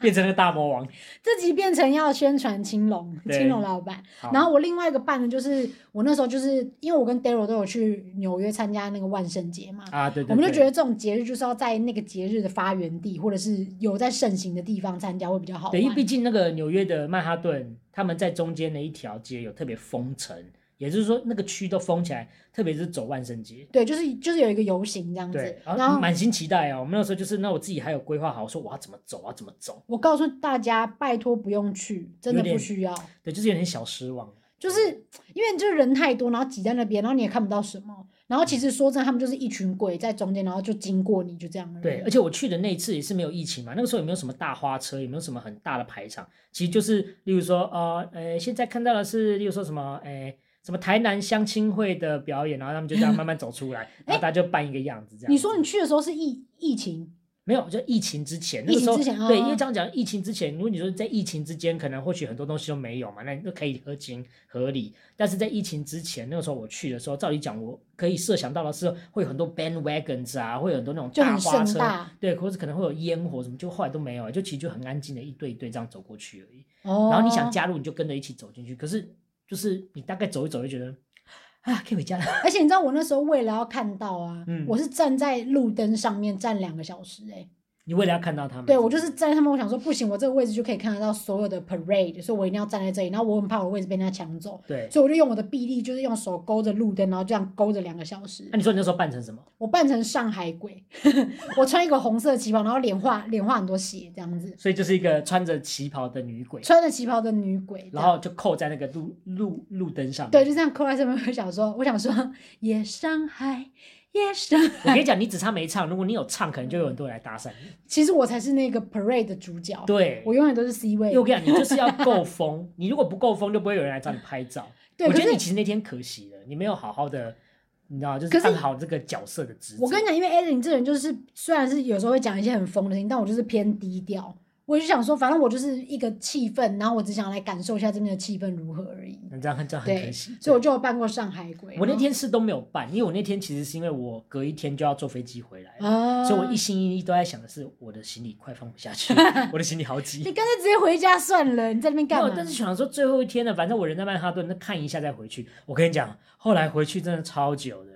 变成了大魔王。
这集变成要宣传青龙，
对
青龙老板。
好
然后我另外一个扮的就是，我那时候就是因为我跟 Daryl 都有去纽约参加那个万圣节嘛。
啊，对对
我们就
对
觉得这种节日就是要在那个节日的发源地，或者是有在盛行的地方参加会比较好
对，因为
玩。
毕竟那个纽约的曼哈顿，他们在中间的一条街有特别封城，也就是说那个区都封起来，特别是走万圣节。
对，就是就是有一个游行这样子
对，，
然后
满心期待哦。我们那时候就是，那我自己还有规划好，我说我要怎么走，我要怎么走。
我告诉大家，拜托不用去，真的
有点
不需要。
对，就是有点小失望。
就是因为就是人太多，然后挤在那边，然后你也看不到什么。然后其实说真的，他们就是一群鬼在中间，然后就经过你，就这样而已。
对，而且我去的那一次也是没有疫情嘛，那个时候也没有什么大花车，也没有什么很大的排场，其实就是例如说，呃，呃，现在看到的是，例如说什么，呃，什么台南相亲会的 表演，然后他们就这样慢慢走出来，然后大家就扮一个样子这样子。
你说你去的时候是疫疫情，
没有，就疫情之前，那
疫
个
情
时候
之前
对，
哦
因为这样讲，疫情之前，如果你说在疫情之间，可能或许很多东西都没有嘛，那你就可以合情合理。但是在疫情之前，那个时候我去的时候，照理讲，我可以设想到的是会有很多 bandwagons 啊，会有很多那种
就
大
很
花
盛
车，
大
对，或者可能会有烟火什么，就后来都没有，就其实就很安静的一队一队这样走过去而已。
哦。
然后你想加入，你就跟着一起走进去，可是就是你大概走一走就觉得啊，可以回家了。
而且你知道我那时候为了要看到啊，
嗯
我是站在路灯上面站两个小时哎、
你为了要看到他们，
对我就是站在他们，我想说不行，我这个位置就可以看得到所有的 parade，所以我一定要站在这里。然后我很怕我的位置被人家抢走，
对。
所以我就用我的臂力，就是用手勾着路灯，然后这样勾着两个小时
那、。你说你那时候扮成什么？
我扮成上海鬼， 我穿一个红色旗袍，然后脸画脸画很多血这样子，
所以就是一个穿着旗袍的女鬼，
穿着旗袍的女鬼这样，
然后就扣在那个路路路灯上面。
对，就这样扣在上面。我想说，我想说， 夜上海，夜上 海。
我跟你讲，你只差没唱，如果你有唱，可能就有很多人来搭 讪你。
其实我才是那个 parade 的主角，
对，
我永远都是 C 位
因为。我跟你讲，你就是要够疯，你如果不够疯，就不会有人来找你拍照。
对，
我
可
觉得
是
你其实那天可惜了，你没有好好的，你知道，就
可
是
是
办好这个角色的职责。
我跟你讲，因为 a l n 这人就是虽然是有时候会讲一些很疯的事情，但我就是偏低调。我就想说，反正我就是一个气氛，然后我只想来感受一下这边的气氛如何而已。
那这样这样很可
对，
惜。
所以我哦就有扮过上海鬼。
嗯我那
然后
天是都没有办，因为我那天其实是因为我隔一天就要坐飞机回来了。
啊，
所以，我一心一意都在想的是，我的行李快放不下 去，我的行李好挤。
你干脆直接回家算了，你在那边
没
干
有，
嘛？
但是想说最后一天了，反正我人在曼哈顿，那看一下再回去。我跟你讲，后来回去真的超久的，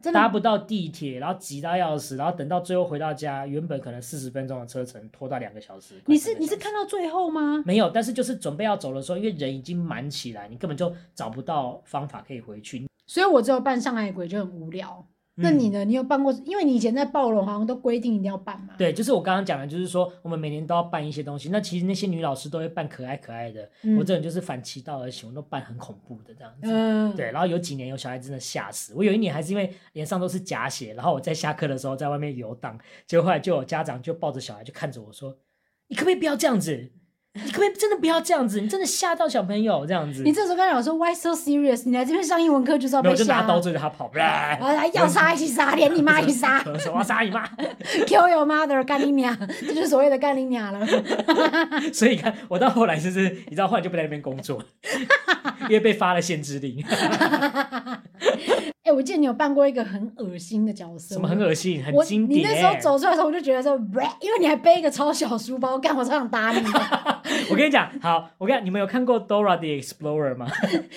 真的
搭不到地铁，然后挤到要死，然后等到最后回到家，原本可能四十分钟的车程拖到两个小时。快
你
三
是
个
你
小
是
时
看到最后吗？
没有？但是就是准备要走的时候，因为人已经满起来，你根本就找不到方法可以回去。
所以我只有扮上海鬼就很无聊。那你
嗯
呢？你有扮过？因为你以前在暴龙好像都规定一定要扮嘛。
对，就是我刚刚讲的，就是说我们每年都要办一些东西。那其实那些女老师都会扮可爱可爱的，
嗯，
我这人就是反其道而行，我都扮很恐怖的这样子。
嗯，
对，然后有几年有小孩真的吓死我，有一年还是因为脸上都是假血，然后我在下课的时候在外面游荡，结果后来就有家长就抱着小孩就看着我说：“你可不可以不要这样子？你可不可以真的不要这样子？你真的吓到小朋友这样子。”
你这时候跟他讲说 Why so serious？你来这边上英文课就是要
没有
被
我就
吓
拿刀
啊，
追着 他跑，
然后来要杀一起杀，连你妈一起 杀
我说我要杀你妈！
，Kill your mother，干你娘，这就是所谓的干你娘了。
所以你看我到后来就是你知道，后来就不在那边工 作，因为被发了限制令，
哎，我记得你有扮过一个很恶心的角色，
什么很恶心，很
我
经
你
典。欸
那时候走出来的时候，我就觉得说，因为你还背一个超小书包，干我超想打你的，
我跟你讲，好，我跟你讲，你们有看过 Dora the Explorer 吗？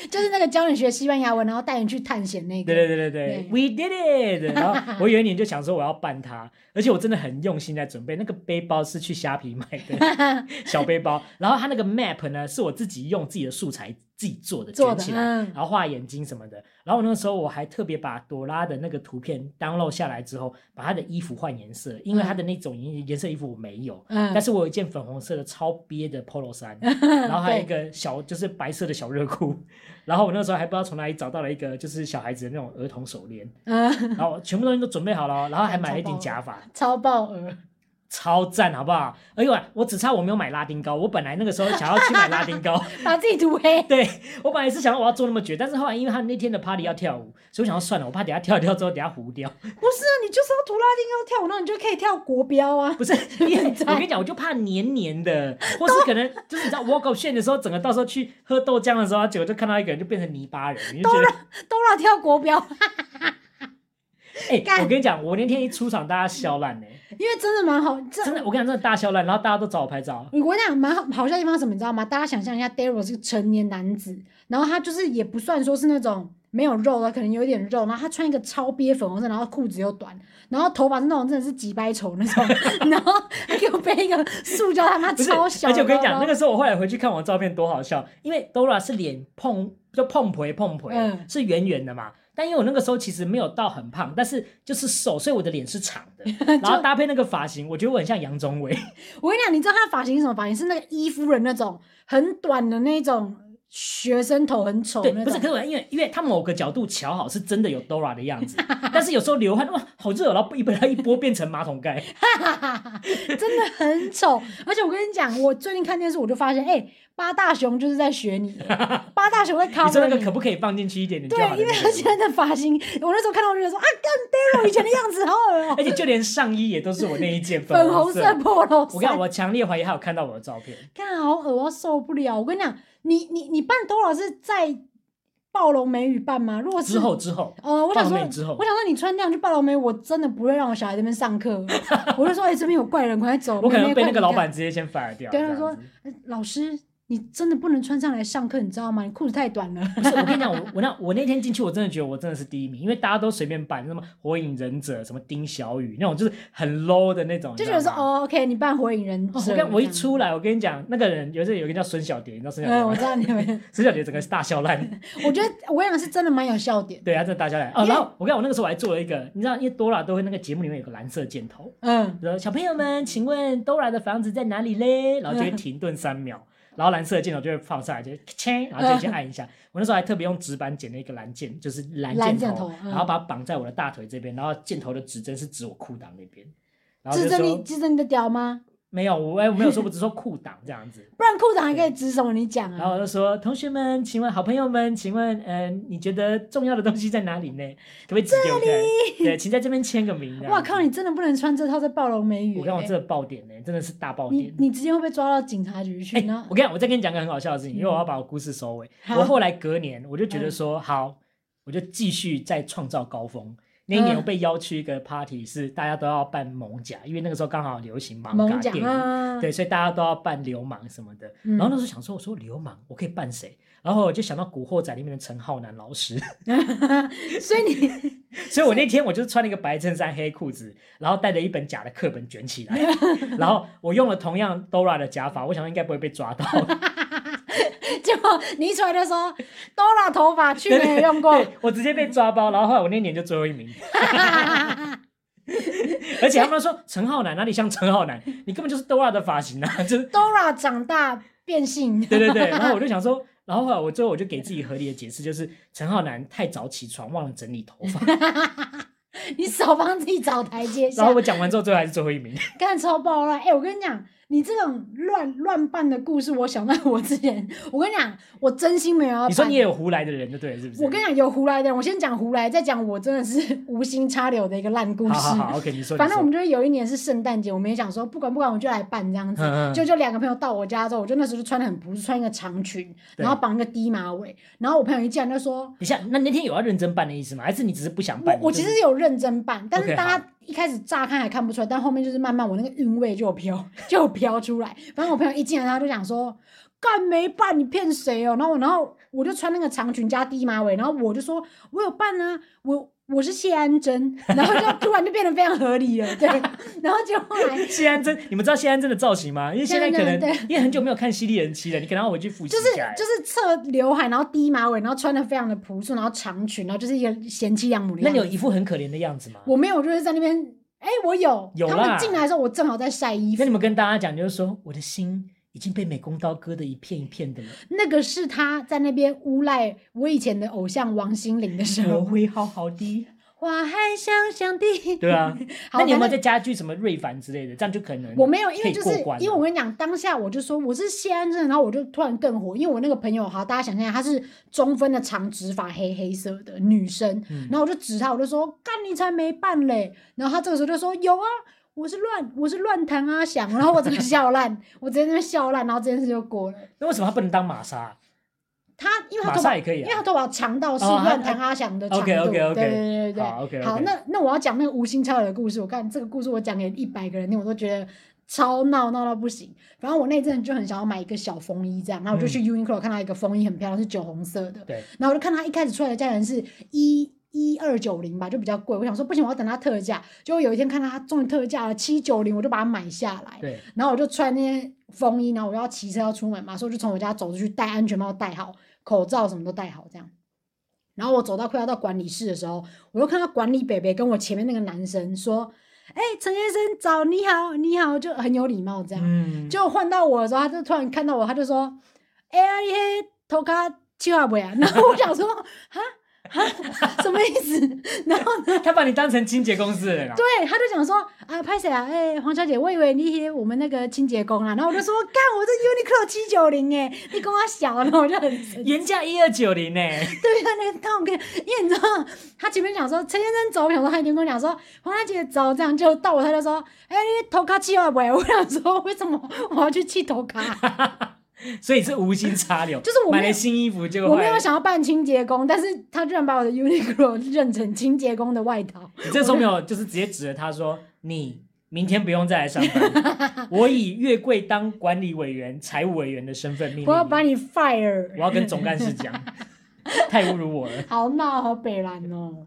就是那个教你学西班牙文，然后带你去探险那个。
对对对对对
对
，We did it！然后我有一年就想说我要办它，而且我真的很用心在准备。那个背包是去虾皮买的 小背包，然后它那个 map 呢是我自己用自己的素材自己做的，
做
卷
的
起，来，
嗯，
然后画眼睛什么的。然后我那个时候我还特别把朵拉的那个图片 download 下来之后，把她的衣服换颜色，因为她的那种颜颜色衣服我没有。
嗯
但是我有一件粉红色的超憋的 polo 衫，然后还有一个小就是白色的小热裤， 然后我那时候还不知道从哪里找到了一个就是小孩子的那种儿童手链，
嗯，
然后全部东西都准备好了哦，然后还买了一顶
超棒
假发，
超爆额，
超赞好不好？哎呦，我只差我没有买拉丁膏，我本来那个时候想要去买拉丁膏，
把自己涂黑。
对我本来是想我要做那么绝，但是后来因为他那天的 party 要跳舞，所以我想要算了，我怕等一下跳一跳之后等一下糊掉，
不是啊，你就是要涂拉丁要跳舞，那你就可以跳国标啊。
不是，因为我跟你讲，我就怕黏 黏的，或是可能就是你知道 walk up 线的时候，整个到时候去喝豆浆的时候，结果就看到一个人就变成泥巴人，你就觉得，
都要跳国标，
哎、
干
我跟你讲，我那天一出场，大家笑烂呢、
因为真的蛮好。这
真的，我跟你讲，真的大笑烂，然后大家都找我拍照，
我跟你讲，蛮好好笑的地方是什么，你知道吗？大家想象一下，Daryl 是个成年男子，然后他就是也不算说是那种没有肉的，可能有一点肉，然后他穿一个超憋粉红色，然后裤子又短，然后头发是那种真的是几掰丑那种， 然后还给我背一个塑胶他妈
不是，
超小
而
的包包，
且我跟你讲，那个时候我后来回去看我的照片多好笑，因为 Dora 是脸碰就碰回碰回，
嗯
是圆圆的嘛。但因为我那个时候其实没有到很胖，但是就是瘦，所以我的脸是长 的，然后搭配那个发型，我觉得我很像杨宗纬。
我跟你讲，你知道他的发型是什么发型？是那个伊夫人那种很短的那种学生头很丑
对，
那
不是，
种
可。是我因为因为他某个角度瞧好是真的有 Dora 的样子， 但是有时候流汗哇好热哦，然后一把它一拨变成马桶 盖，
真的很丑。而且我跟你讲，我最近看电视，我就发现，哎、八大熊就是在学你，八大熊在 cover 啊
你说那个可不可以放进去一点点就好
对，
了
因为
那
他
个
现在的发型，我那时候看到我就觉得说啊，跟 Daryl 以前的样子好恶 哦、
而且就连上衣也都是我那一件
粉红
红
色 polo
我跟你讲，
衫，
我强烈怀疑他有看到我的照片。
看好恶，我要受不了。我跟你讲，你你你扮 Dora 是在暴龙美语扮吗？如果是
之后之后，
呃，我想
放
说
了美，之后
我想说你穿那样去报了没？我真的不会让我小孩这边上 课。我就说，哎、这边有怪人，快走！
我可
妹
能
妹
被
快
那个
离
老
开，
板直接先 fire 掉。
对
这
他
样
说
子
呃老师，你真的不能穿上来上课，你知道吗？你裤子太短了。
不是，我跟你讲，我我那我那天进去，我真的觉得我真的是第一名，因为大家都随便扮，什么火影忍者，什么丁小雨那种，就是很 low 的那种，
就
你
觉
知
得
道
说，
吗。
哦，OK，你扮火影忍者。
啊 哦我跟我一
这样，
出来，我跟你讲，那个人有一个有一个叫孙小蝶，你知道孙
嗯，
小蝶
我
吗
知？道你们，
孙小蝶整个是大笑 烂，
我觉得我想是真的蛮有笑点。
对，他真的大笑烂。哦，
因为
然后我跟你讲我那个时候我还做了一个，你知道，因为 Dora 都会那个节目里面有个蓝色箭头，
嗯，
然后小朋友们，请问 Dora 的房子在哪里嘞？然后就会停顿 三秒，然后蓝色的箭头就会放上来，就切，然后就去按一下。我那时候还特别用纸板剪了一个蓝箭，就是蓝
蓝
箭
箭
头
头，嗯
然后把它绑在我的大腿这边，然后箭头的指针是指我裤裆那边。然后
嗯指
就
着你
说
指着你的屌吗？
没有，我哎我没有说，我只说裤裆这样子。
不然裤子还可以指什么？你讲
然后
啊。
我就说，同学们，请问好朋友们，请问，嗯、你觉得重要的东西在哪 里呢？可不可以指给我看？对，请在这边签个名。这样
哇
子
靠！！你真的不能穿这套在暴龙美语、
我让我
欸
这个爆点呢、真的是大爆点
你。你直接会被抓到警察局去，
哎、
然后嗯
我跟你讲，我再跟你讲个很好笑的事情，因为我要把我故事收尾。
好嗯
我后来隔年，我就觉得说，好，我就继续再创造高峰。那一年
嗯
我被邀去一个 party，是大家都要扮蒙甲，因为那个时候刚好流行蒙
猛
甲
讲
电影，
啊，
对，所以大家都要扮流氓什么的。
嗯
然后那时候想说，我说流氓，我可以扮谁？然后我就想到《古惑仔》里面的陈浩南老师，
所以你
所以我那天我就穿了一个白衬衫、黑裤子，然后带着一本假的课本卷起来，然后我用了同样 Dora 的假发，我想应该不会被抓到。
结果你一出来就说 Dora 头发去年也用过，
对我直接被抓包，然后后来我那年就最后一名，
Dora
而且他们说陈浩南哪里像陈浩南，你根本就是 Dora 的发型啊， 就是
长大变性，
对对对，然后我就想说，然后后来我最后我就给自己合理的解释，就是陈浩南太早起床忘了整理头 发，
你少帮自己找台阶
然
下
后，我讲完之后最后还是最后一 名，
干超爆乱。哎、我跟你讲，你这种乱乱办的故事，我想到我之前，我跟你讲，我真心没有要
你说
办
你。也有胡来的人就对了，是不是？
我跟你讲，有胡来的人，我先讲胡来，再讲我真的是 无心插柳的一个烂故事。
好好好，OK，你说，
反正我
们
们就是有一年是圣诞节，我们也想说不管不管，我就来办这样子。
嗯嗯
就就两个朋友到我家之后，我就那时候就穿的很朴素，穿一个长裙，
对
然后绑一个低马尾。然后我朋友一进来就说，
等一下，那那天有要认真办的意思吗？还是你只是不想
我
办？
我其实
就是
有认真办，但是
OK，
大家一开始乍看还看不出来，但后面就是慢慢我那个韵味就有飘就有飘出来。反正我朋友一进来，他就想说。干没办，你骗谁哦？然后，然后我就穿那个长裙加低马尾，然后我就说，我有办啊，我我是谢安贞，然后就突然就变得非常合理了，对。然后就后来
谢安真，你们知道谢安真的造型吗？因为现在可能
对 对
因为很久没有看《犀利人妻》了，你可能要回去复习
就是
一下。哎
就是侧刘海，然后低马尾，然后穿的非常的朴素，然后长裙，然后就是一个贤妻良母的
那
样
你有
子。
一副很可怜的样子吗？
我没有，就是在那边，哎、我有。
有
他
啦
们进来的时候，我正好在晒衣服
跟。你们跟大家讲，就是说我的心已经被美工刀割的一片一片 的了，
那个是他在那边诬赖我以前的偶像王心凌的时
我
候，
会好好 的。
我还想想的。
嗯对啊，
好，
那你有没有
反正
再加一句什么瑞凡之类的？这样就可能
我没有，因
可
为
以
就是
过关了
因为我跟你讲，当下我就说我是谢安镇，然后我就突然更火，因为我那个朋友，好，大家想象一下，她是中分的长直发黑黑色的女生，
嗯
然后我就指她，我就说干你才没办嘞，然后她这个时候就说有啊。我是乱，我是乱弹阿翔，然后我整个笑烂，我直接在那边笑烂，然后这件事就过了。
那为什么他不能当玛莎？
她因为她
玛
头发
莎也可以
因为他
啊。
头发长到是
哦他
乱弹阿翔的长度。
OK，OK，OK
对对对对
好，OK，OK
好，那那我要讲那个无心插柳的故事。我看这个故事我讲给一百个人听，我都觉得超闹闹到不行。然后我那阵子就很想要买一个小风衣这样，
嗯
然后我就去 Uniqlo 看到一个风衣很漂亮，是酒红色的。
对，
然后我就看它一开始出来的价钱是一。一二九零吧，就比较贵。我想说不行，我要等它特价。结果有一天看到它终于特价了七九零，我就把它买下来。
对，
然后我就穿那些风衣，然后我要骑车要出门嘛，所以我就从我家走出去，戴安全帽戴好，口罩什么都戴好，这样。然后我走到快要到管理室的时候，我就看到管理北北跟我前面那个男生说：“哎、陈先生早，你好，你好。”就很有礼貌这样。
嗯，
就换到我的时候，他就突然看到我，他就说：“哎、呀，你嘿偷卡七话不呀？ 然后我想说，哈哈，什 么意思？然后呢，
他把你当成清洁公司的人啊？
对，他就讲说啊，拍谁啊？哎、黄小姐，我以为你是我们那个清洁工啦。然后我就说，干，我这 Uniqlo 七九零哎，你跟我小，然后我就很生气
原价一二九零呢，
对他那个他我跟，因为你知道，他前面讲说陈先生走，我想说他已经跟我讲说黄大姐走，这样就到我，他就说，哎、你头卡气啊不？ 我想说为什么我要去气头啊卡？。
所以是无心插柳
就是我
买
没
了
有
新衣服，结果
我没
坏
有
了。
想要扮清洁工，但是他居然把我的 Uniqlo 认成清洁工的外套，
你这时候没有，就是直接指着他说：“你明天不用再来上 班，我以月桂当管理委员、财务委员的身份命令你，
我要
我
把你 fire，
要跟总干 事讲，太侮辱我了。”
好闹好北蓝哦。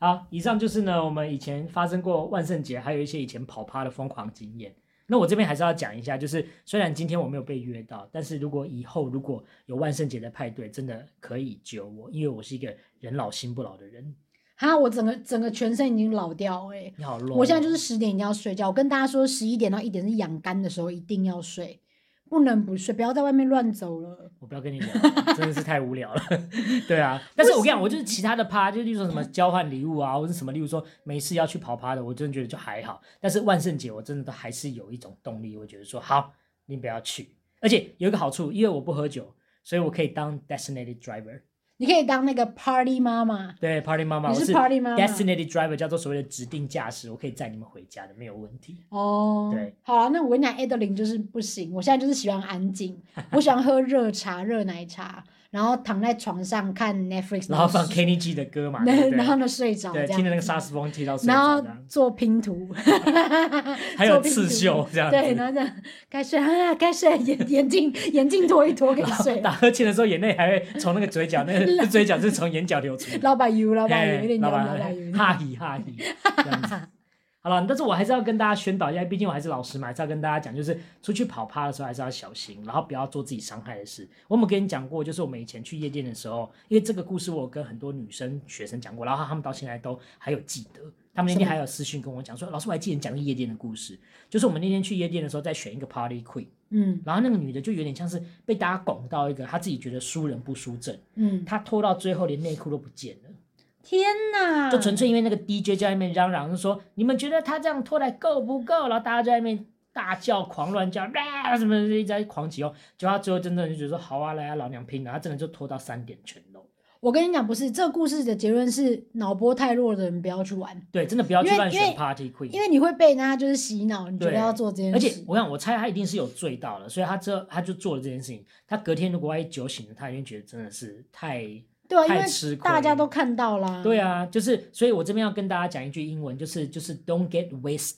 好，以上就是呢我们以前发生过万圣节，还有一些以前跑趴的疯狂经验。那我这边还是要讲一下，就是虽然今天我没有被约到，但是如果以后如果有万圣节的派对，真的可以揪我，因为我是一个人老心不老的人。
哈，我整个整个全身已经老掉哎、欸
你好 low，
我现在就是是十点一定要睡觉。我跟大家说，十一点到一点是养肝的时候，一定要睡，不能不睡，不要在外面乱走了。
我不要跟你聊了，真的是太无聊了。 对啊，但是我跟你讲，我就是其他的趴，就例如说什么交换礼物啊，或者什么，例如说没事要去跑趴的，我真的觉得就还好。但是万圣节我真的都还是有一种动力，我觉得说好，你不要去。而且有一个好处，因为我不喝酒，所以我可以当 designated driver，
你可以当那个 party 妈妈，
对 party 妈妈，
你
我
是
是
party 妈妈
designated driver，叫做所谓的指定驾驶，我可以载你们回家的，没有问题。
哦。
对，
好了，那我跟你讲，Adeline 就是不行，我现在就是喜欢安静，我喜欢喝热茶、热奶茶，然后躺在床上看 Netflix，
然后放
睡
Kenny G 的歌嘛，对
对
不
然后
对？
呢睡着这
对，
样，
听着那个萨斯风踢到睡
然
着
后
这样，
做拼 图，
还有
做拼
刺
图
绣这样子。
对，然后这样该睡啊，该睡，眼眼镜眼镜脱一 脱，可以
然后
睡了。
打呵欠的时候，眼泪还会从那个嘴角，那个嘴角是从眼角流出。
老板油，老板油，有
嘿
点
老
油，老
板
板油。
哈嘿哈嘿，这样子。好了，但是我还是要跟大家宣导一下，毕竟我还是老师嘛，还是要跟大家讲，就是出去跑趴的时候还是要小心，然后不要做自己伤害的事。我们跟你讲过，就是我们以前去夜店的时候，因为这个故事我有跟很多女生学生讲过，然后她们到现在都还有记得，她们那天还有私讯跟我讲说，老师我还记得你讲的夜店的故事，就是我们那天去夜店的时候在选一个 party queen，
嗯
然后那个女的就有点像是被大家拱到一个，她自己觉得输人不输阵，
嗯，
她拖到最后连内裤都不见了，
天哪！
就纯粹因为那个 DJ 就在那边嚷嚷就说：“你们觉得她这样拖来够不够？”然后大家就在那边大叫、狂乱叫，啊什么的一直在狂起哄，就她最后真的就觉得说：“好啊，来啊，老娘拼了！”她真的就拖到三点全漏。
我跟你讲，不是这个故事的结论是，脑波太弱的人不要去玩，
对，真的不要去
因为
乱
因
选
为
Party
因
Queen。
为你会被人家就是洗脑，你觉得
对
要做这件
而且
事。
我想，我猜她一定是有醉到了，所以她这她就做了这件事情。她隔天如果万一酒醒了，她一定觉得真的是太
对啊，因
太吃
为
亏
大家都看到啦。
对啊，就是，所以我这边要跟大家讲一句英文，就是就是 don't get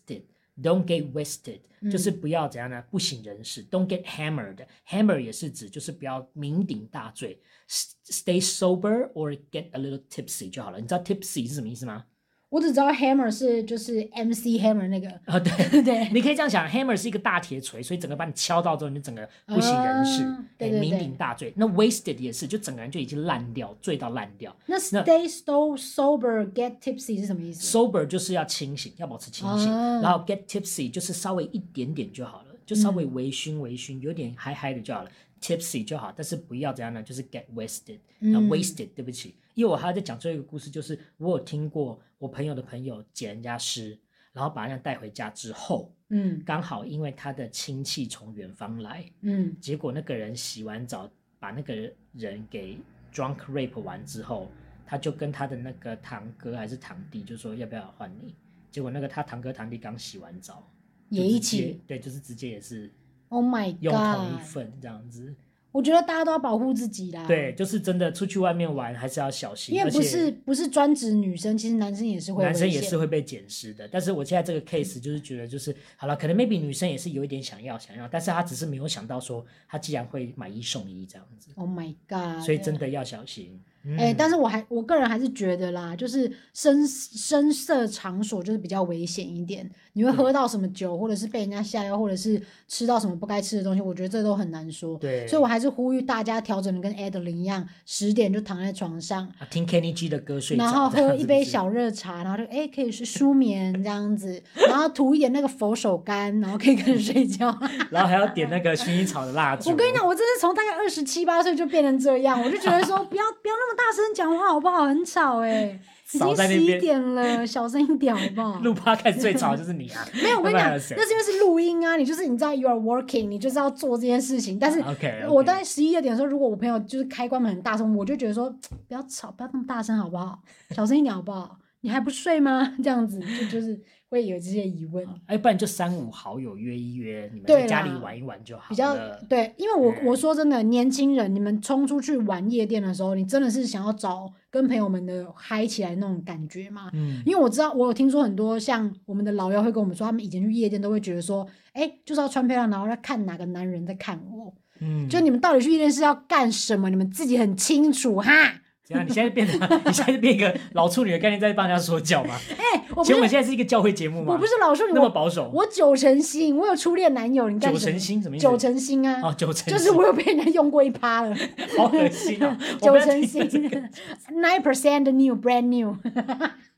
wasted，don't get wasted，、
嗯
就是不要怎样呢？不省人事，don't get hammered，hammer 也是指就是不要酩酊大醉，s-，stay sober or get a little tipsy 就好了。你知道 tipsy 是什么意思 吗？
我只知道 hammer 是就是 MC hammer 那个，
啊、对。
哦对，
你可以这样想，hammer 是一个大铁锤，所以整个把你敲到之后，你就整个不省人事，
啊
哎
对对
酩
对
酊大醉。那 wasted 也是，就整个人就已经烂掉，醉到烂掉。
那 stay so sober get tipsy 是什么意思？
sober 就是要清醒，要保持清醒，
哦
然后 get tipsy 就是稍微一点点就好了，就稍微
嗯
微醺微醺，有点嗨嗨的就好了，tipsy 就好，但是不要怎样呢？就是 get wasted，
嗯
啊 wasted，对不起，因为我还要再讲最后一个故事，就是我有听过我朋友的朋友解人家尸，然后把人家带回家之后，
嗯
刚好因为他的亲戚从远方来，
嗯，
结果那个人洗完澡，把那个人给 drunk rape 完之后，他就跟他的那个堂哥还是堂弟就说要不要换你？结果那个他堂哥堂弟刚洗完澡，
也
就直
一
接
起。
对，就是直接也是
Oh my
用同一
god！
份这样子。
我觉得大家都要保护自己啦。
对，，就是真的出去外面玩还是要小心，
因为
而
不
且
是不是专指女生，其实男生也是会
男生
危
也
险嗯
是会被捡尸的。但是我现在这个 case 就是觉得，就是好了，可能 maybe 女生也是有一点想要想要，但是她只是没有想到说她竟然会买一送一这样子，
Oh my god！
所以真的要小心。嗯
哎、但是我还我个人还是觉得啦，就是深深色场所就是比较危险一点，你会喝到什么酒，或者是被人家下药，或者是吃到什么不该吃的东西，我觉得这都很难说。
对，
所以我还是呼吁大家调整的跟 Adeline 一样，十点就躺在床上，
啊听 Kenny G 的歌睡着，
然后
这
喝
样
一
子
杯
是
小热茶，然后就哎、可以是舒眠这样子，然后涂一点那个佛手柑，然后可以跟人睡觉。
不是，然后还要点那个薰衣草的蜡烛。
我跟你讲，我真是从大概二十七八岁就变成这样，我就觉得 说不要不要那么大声讲话好不好？很吵哎、已
少
经
在那
十一
边
点 了，小声一点好不好？
录 p 看最吵的就是你啊！
没有，我跟你
要
讲，
不然还有谁
那是因为是录音啊，你就是你知道 you are working，你就是要做这件事情。但是
OK，
我在十一二点的时候，如果我朋友就是开关门很大声，我就觉得说不要吵，不要那么大声好不好？小声一点好不好？你还不睡吗？ 这样子就就是会有这些疑问。
哎，不然就三五好友约一约，你们
对
在家
啦
里玩一玩就好了。
比较对，因为我
嗯
我说真的，年轻人，你们冲出去玩夜店的时候，你真的是想要找跟朋友们的嗨起来那种感觉吗？
嗯，
因为我知道，我有听说很多像我们的老妖会跟我们说，他们以前去夜店都会觉得说，哎、就是要穿漂亮，然后要看哪个男人在看我。
嗯，
就你们到底去夜店是要干什么？你们自己很清楚哈。哎
怎样？你现在变成你现在变一个老处女的概念，在帮人家说教吗？
哎、我不是
请问我现在是一个教会节目吗？
我不是老说你，
那么
我
保守，
我九成新，我有初恋男友，你干
九
什么
成？新什么意思？
九成新啊，
哦，九成新
就是我有被人家用过一趴了。
好恶心啊！我
九
不要
成
听
新
这个，
，nine percent new brand new，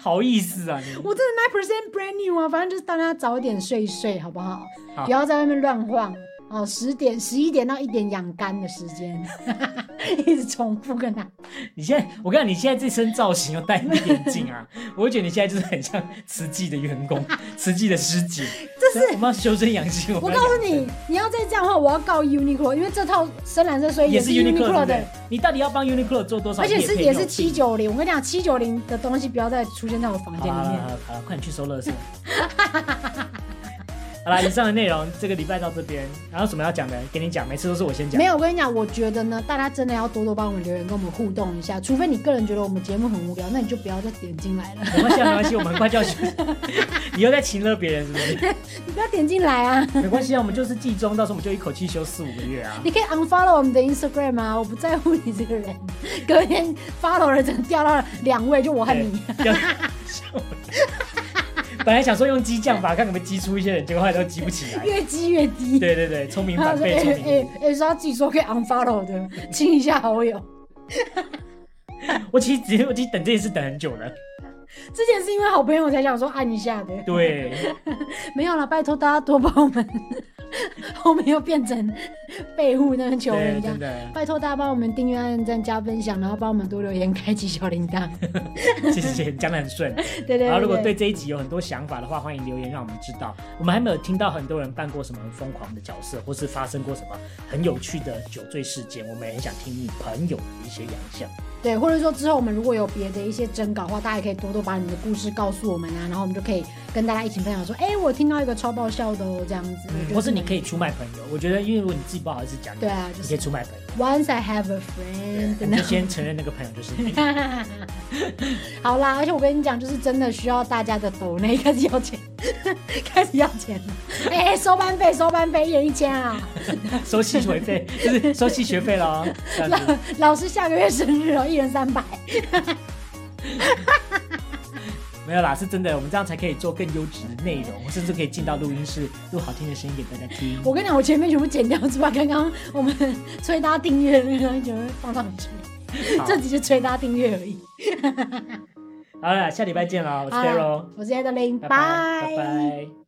好意思啊！你
我真的 nine percent brand new 啊，反正就是大家早点睡一睡，好不好？
好
不要在外面乱晃哦，十点、十一点到一点养肝的时间， 一直重复跟他。
你现
嗯
在，我看你现在这身造型又戴你的眼镜 啊，我觉得你现在就是很像慈济的员工，慈济的师姐。这是我们要修身养性。
我
们
告
要
诉你，你要再这样的话，我要告 Uniqlo，因为这套深蓝色睡衣
也
是
是 Uniqlo 对不
的
对，你到底要帮 Uniqlo 做多少
而
业配
且
用
是
品？
也是七九零。我跟你讲，七九零的东西不要再出现在我房
好
间
啦。
里
好
面
了。好了好了，快点去收垃 圾。好啦，以上的内容这个礼拜到这边，然后什么要讲的给你讲，每次都是我先讲
没。有，我跟你讲，我觉得呢，大家真的要多多帮我们留言，跟我们互动一下。除非你个人觉得我们节目很无聊，那你就不要再点进来了，
没关系啊，没关系，我们很快就要休息。你又在情勒别人是不是？
你不要点进来啊！
没关系啊，我们就是季中，到时候我们就一口气休四五个月啊。
你可以 unfollow 我们的 Instagram 啊，我不在乎你这个人。隔天 follow 人整掉到了两位，就我和你。
对，哎要 笑我本来想说用激将法看可不可以激出一些人，结果后来都激不起来。
越积越低。
对对对，聪明
他
反
说：“
被
哎
聪
哎
明误。
哎，是他自己说可以 unfollow 的， 清一下好友。
我其实直接我其实等这件事等很久了。
之前是因为好朋友才想说按一下的，
对，
没有了，拜托大家多帮我们。 后面又变成被户那个求
对，
人家
真，的，
拜托大家帮我们订阅、按赞、加分享，然后帮我们多留言、开启小铃 铛。
谢谢，讲的很顺。
对对对
然后如果
对
对这一集有很多想法的话，欢迎留言让我们知道。我们还没有听到很多人扮过什么很疯狂的角色，或是发生过什么很有趣的酒醉事件，我们也很想听你朋友的一些洋相。
对，或者说之后我们如果有别的一些征稿的话，大家也可以多多把你们的故事告诉我们啊，然后我们就可以跟大家一起分享说，哎，我听到一个超爆笑的哦，这样 子。我觉得
或是你
蛮
可以出卖朋友，我觉得因为如果你自己不好意思讲，
对啊，就
你可以
是
出卖朋友。
Once I have a friend，
你就先承认那个朋友就是你。
好啦，而且我跟你讲，就是真的需要大家的抖内开始要钱， 开始要钱了。哎、收班费，收班费，一人一千啊！
收吸学费，就是收吸学费了。这样子，
老老师下个月生日哦，一人三百。
没有啦，是真的，我们这样才可以做更优质的内容，甚至可以进到录音室录好听的声音给大家听。
我跟你讲，我前面全部剪掉，只把刚刚我们催大家订阅的那个东西全部放上去，
好
这，只是催大家订阅而已。
好了，下礼拜见了，我是
好啦
Daryl，
我是 Adeline，
拜拜，拜拜。